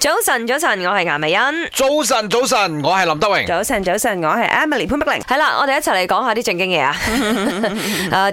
早晨，早晨，我係顏美欣。早晨，早晨，我係林德榮。早晨，早晨，我係 Emily 潘碧玲。係啦，我哋一齊嚟講下啲正經嘢啊！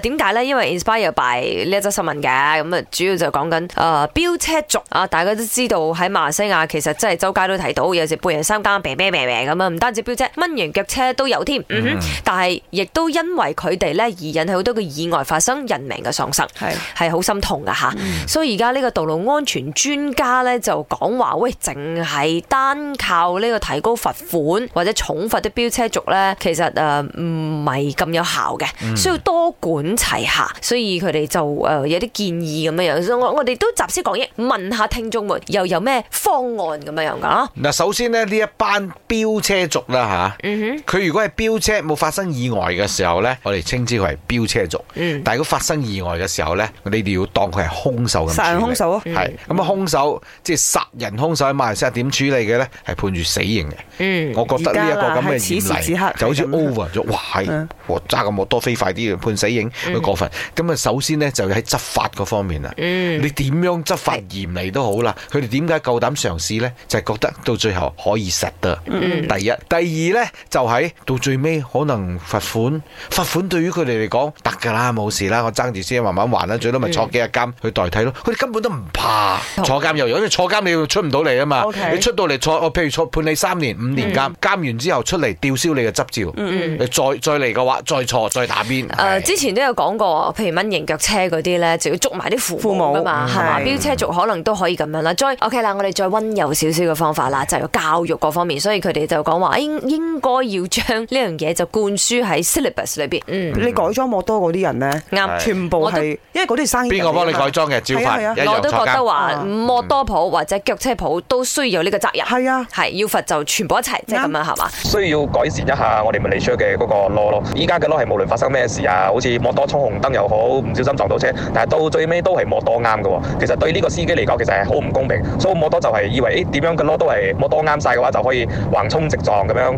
誒點解咧？因為 inspire by 呢一則新聞嘅，咁啊主要就講緊誒飆車族啊，大家都知道喺馬來西亞其實真係周街都睇到，有時半夜三更病病病病咁啊，唔單止飆車，蚊型腳車都有添。嗯哼，但係亦都因為佢哋咧而引起好多嘅意外發生，人命嘅喪失。係係好心痛噶吓，所以而家呢個道路安全專家咧就講話，喂，淨係單靠呢個提高罰款或者重罰啲飆車族咧，其實誒唔係咁有效嘅，需要多管齊下，所以佢哋就誒、呃有啲建議咁樣樣，所以我我哋都集思廣益，問下聽眾們又有咩方案咁樣樣噶。嗱，首先咧呢一班飆車族啦吓，嗯哼，佢如果係飆車冇發生意外嘅時候呢，我哋稱之為飆車族。嗯但係如果發生意外嘅時候呢，你哋要當佢係兇手咁處理。殺人兇手啊係咁啊！兇手即係殺人兇手喺馬來西亞點處理嘅呢？係判住死刑嘅。嗯，我覺得呢一個咁嘅而家啦係此時嚴此厲刻就好似係咁 over 咗，哇係嗯，我揸咁摩多飛快啲判死刑，佢過分。咁啊，首先呢，就喺執法嗰方面啦，嗯你點樣執法嚴厲都好啦，佢哋點解夠膽嘗試呢？就係覺得到最後可以實得。嗯第一，第二呢，就喺到最尾可能罰款，罰款對於佢哋嚟講得㗎啦，冇事啦，我爭住先慢慢還啦，最多咪坐幾日監去代替咯。佢哋根本都唔怕坐監又有，因為坐監你出唔到嚟啊嘛，嗯 OK 嗯你出到嚟坐，我譬如坐判你三年五年監，監完之後出嚟吊銷你嘅執照，你再再嚟嘅話，再坐再打邊。誒、係呃之前都有講過，譬如蚊型腳車嗰啲咧，就要捉埋啲父父母母噶嘛，嗯係嘛？係飆車族可能都可以咁樣啦。再 OK 啦，我哋再温柔少少嘅方法啦，就係教育嗰方面，所以佢哋就講話哎應應該要將呢樣嘢就灌輸喺 syllabus 裏邊。嗯，你改裝摩多嗰啲人咧，啱。全部我都係因為嗰啲係生意人邊嚟個㗎嘛。幫你改裝嘅？照係啊法係啊一我樣都坐覺得監。話啊摩多鋪或者腳車鋪都需要呢個責任，係啊，係要罰就全部一齊，即係咁樣係嘛？需要改善一下我哋 Malaysia 嘅嗰個 law 咯。依家嘅 law 係無論發生咩事啊，好似摩多衝紅燈又好，唔小心撞到車，但係到最尾都係摩多啱嘅喎。其實對呢個司機嚟講，其實係好唔公平。所以摩多就係以為誒點樣嘅 law 都係摩多啱晒嘅話，就可以橫衝直撞咁樣。誒、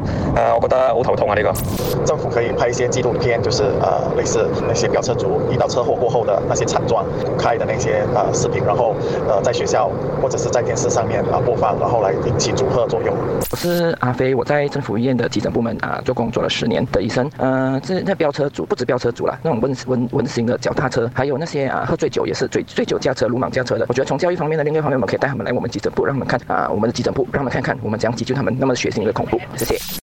我覺得好頭痛啊呢、個。政府可以拍一些纪录片，就是呃类似那些飙车族遇到车祸过后的那些惨状，公开的那些呃视频，然后呃在学校或者是在电视上面啊、播放，然后来引起阻吓作用。我是阿飞，我在政府医院的急诊部门啊、做工作了十年的医生。呃，这那飙车族不止飙车族啦，那种温温温型的脚踏车，还有那些啊喝醉酒也是醉醉酒驾车、鲁莽驾车的。我觉得从教育方面呢，另外一方面我们可以带他们来我们急诊部，让他们看啊、我们的急诊部，让他们看看我们怎样急救他们那么血腥的恐怖。谢谢。